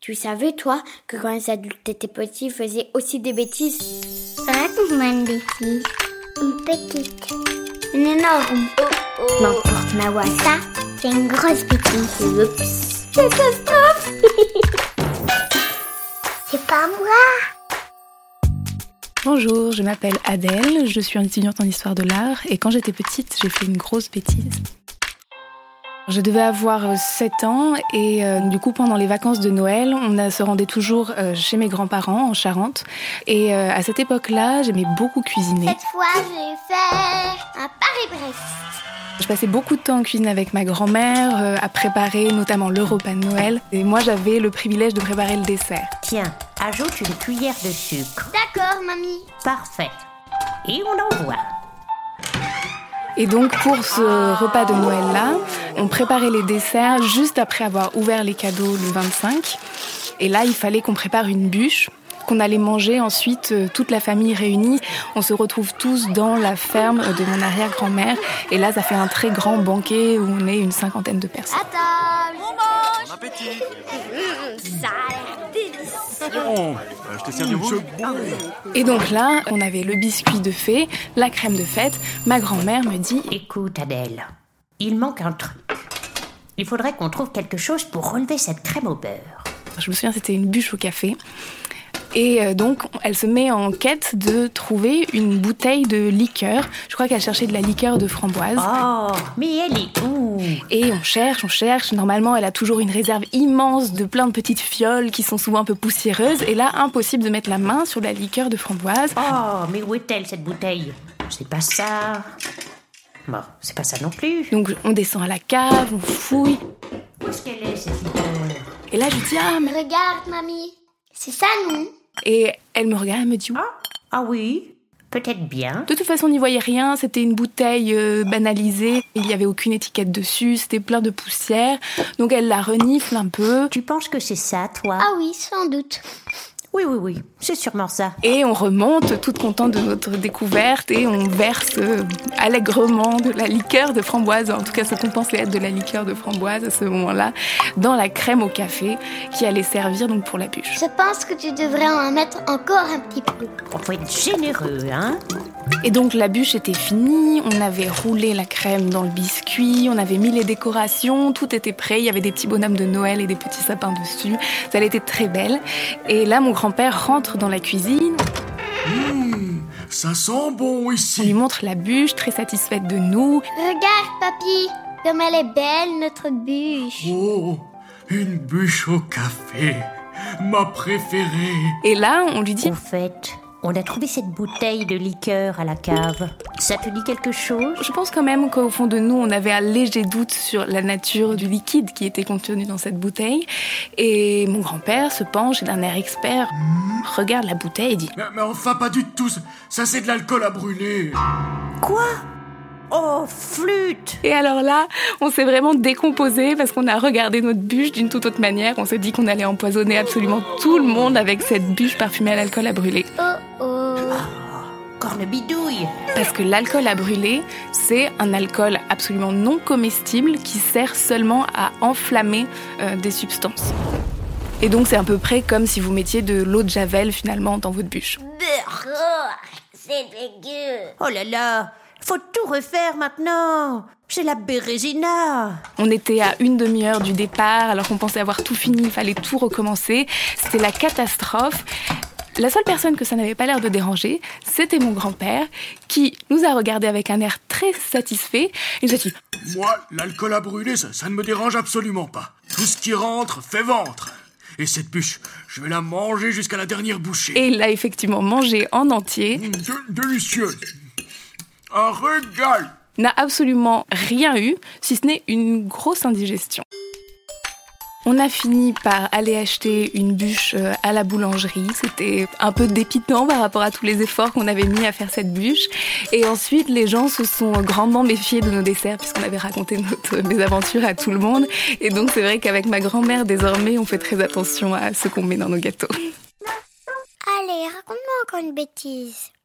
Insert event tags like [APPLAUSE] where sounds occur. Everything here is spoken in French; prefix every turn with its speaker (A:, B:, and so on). A: Tu savais, toi, que quand les adultes étaient petits, ils faisaient aussi des bêtises
B: Raconte-moi une bêtise. Une petite. Une énorme.
A: N'importe ma voix.
B: Oh, Ça, c'est une grosse bêtise.
A: Oups.
B: [LAUGHS] Catastrophe C'est pas moi
C: Bonjour, je m'appelle Adèle, je suis étudiante en histoire de l'art et quand j'étais petite, j'ai fait une grosse bêtise. Je devais avoir euh, 7 ans et euh, du coup pendant les vacances de Noël, on a- se rendait toujours euh, chez mes grands-parents en Charente et euh, à cette époque-là, j'aimais beaucoup cuisiner.
B: Cette fois, j'ai fait un Paris-Brest.
C: Je passais beaucoup de temps en cuisine avec ma grand-mère euh, à préparer notamment le repas de Noël et moi j'avais le privilège de préparer le dessert.
D: Tiens, ajoute une cuillère de sucre.
B: D'accord, mamie.
D: Parfait. Et on envoie.
C: Et donc pour ce repas de Noël là, on préparait les desserts juste après avoir ouvert les cadeaux le 25. Et là, il fallait qu'on prépare une bûche qu'on allait manger ensuite euh, toute la famille réunie. On se retrouve tous dans la ferme euh, de mon arrière-grand-mère et là ça fait un très grand banquet où on est une cinquantaine de personnes.
B: À table.
E: Bon appétit
B: Ça a l'air délicieux.
E: Je te sers du rouge
C: Et donc là, on avait le biscuit de fée, la crème de fête. Ma grand-mère me dit
D: Écoute, Adèle, il manque un truc. Il faudrait qu'on trouve quelque chose pour relever cette crème au beurre.
C: Je me souviens, c'était une bûche au café. Et euh, donc, elle se met en quête de trouver une bouteille de liqueur. Je crois qu'elle cherchait de la liqueur de framboise.
D: Oh, mais elle est où
C: Et on cherche, on cherche. Normalement, elle a toujours une réserve immense de plein de petites fioles qui sont souvent un peu poussiéreuses. Et là, impossible de mettre la main sur la liqueur de framboise.
D: Oh, mais où est-elle cette bouteille C'est pas ça. Bon, c'est pas ça non plus.
C: Donc, on descend à la cave, on fouille.
D: Où est-ce qu'elle est cette liqueur
C: Et là, je dis, ah, mais...
B: Regarde, mamie. C'est ça, non
C: Et elle me regarde, elle me dit,
D: Ah, ah oui, peut-être bien.
C: De toute façon, on n'y voyait rien. C'était une bouteille euh, banalisée. Il n'y avait aucune étiquette dessus. C'était plein de poussière. Donc elle la renifle un peu.
D: Tu penses que c'est ça, toi
B: Ah oui, sans doute.
D: Oui, oui, oui, c'est sûrement ça.
C: Et on remonte, toute contente de notre découverte, et on verse euh, allègrement de la liqueur de framboise, en tout cas ce qu'on pensait être de la liqueur de framboise à ce moment-là, dans la crème au café qui allait servir donc pour la bûche.
B: Je pense que tu devrais en mettre encore un petit peu.
D: On faut être généreux, hein
C: Et donc la bûche était finie, on avait roulé la crème dans le biscuit, on avait mis les décorations, tout était prêt, il y avait des petits bonhommes de Noël et des petits sapins dessus. Ça elle était très belle. Et là mon grand-père rentre dans la cuisine,
E: Ça sent bon
C: on lui
E: ici
C: montre la bûche, très satisfaite de nous.
B: Regarde, papy, comme elle est belle, notre bûche.
E: Oh Une bûche au café Ma préférée
C: Et là on lui dit
D: Au fait, on a trouvé cette bouteille de liqueur à la cave. Ça te dit quelque chose
C: Je pense quand même qu'au fond de nous, on avait un léger doute sur la nature du liquide qui était contenu dans cette bouteille. Et mon grand-père se penche d'un air expert, regarde la bouteille et dit
E: mais, mais enfin, pas du tout Ça, c'est de l'alcool à brûler
D: Quoi Oh, flûte
C: Et alors là, on s'est vraiment décomposé parce qu'on a regardé notre bûche d'une toute autre manière. On s'est dit qu'on allait empoisonner absolument tout le monde avec cette bûche parfumée à l'alcool à brûler.
B: Oh oh.
D: Cornebidouille
C: Parce que l'alcool à brûler, c'est un alcool absolument non comestible qui sert seulement à enflammer euh, des substances. Et donc c'est à peu près comme si vous mettiez de l'eau de javel finalement dans votre bûche.
B: C'est dégueu.
D: Oh là là Faut tout refaire maintenant C'est la Bérésina
C: On était à une demi-heure du départ alors qu'on pensait avoir tout fini, il fallait tout recommencer. C'était la catastrophe. La seule personne que ça n'avait pas l'air de déranger, c'était mon grand-père qui nous a regardés avec un air très satisfait. Il nous a dit
E: Moi, l'alcool à brûler, ça, ça ne me dérange absolument pas. Tout ce qui rentre fait ventre. Et cette bûche, je vais la manger jusqu'à la dernière bouchée.
C: et il l'a effectivement mangé en entier.
E: Mmh, dé- délicieuse Un régal
C: n'a absolument rien eu, si ce n'est une grosse indigestion. On a fini par aller acheter une bûche euh, à la boulangerie. C'était un peu dépitant par rapport à tous les efforts qu'on avait mis à faire cette bûche. Et ensuite, les gens se sont grandement méfiés de nos desserts puisqu'on avait raconté notre mésaventure à tout le monde. Et donc, c'est vrai qu'avec ma grand-mère, désormais, on fait très attention à ce qu'on met dans nos gâteaux.
B: Allez, raconte-moi encore une bêtise.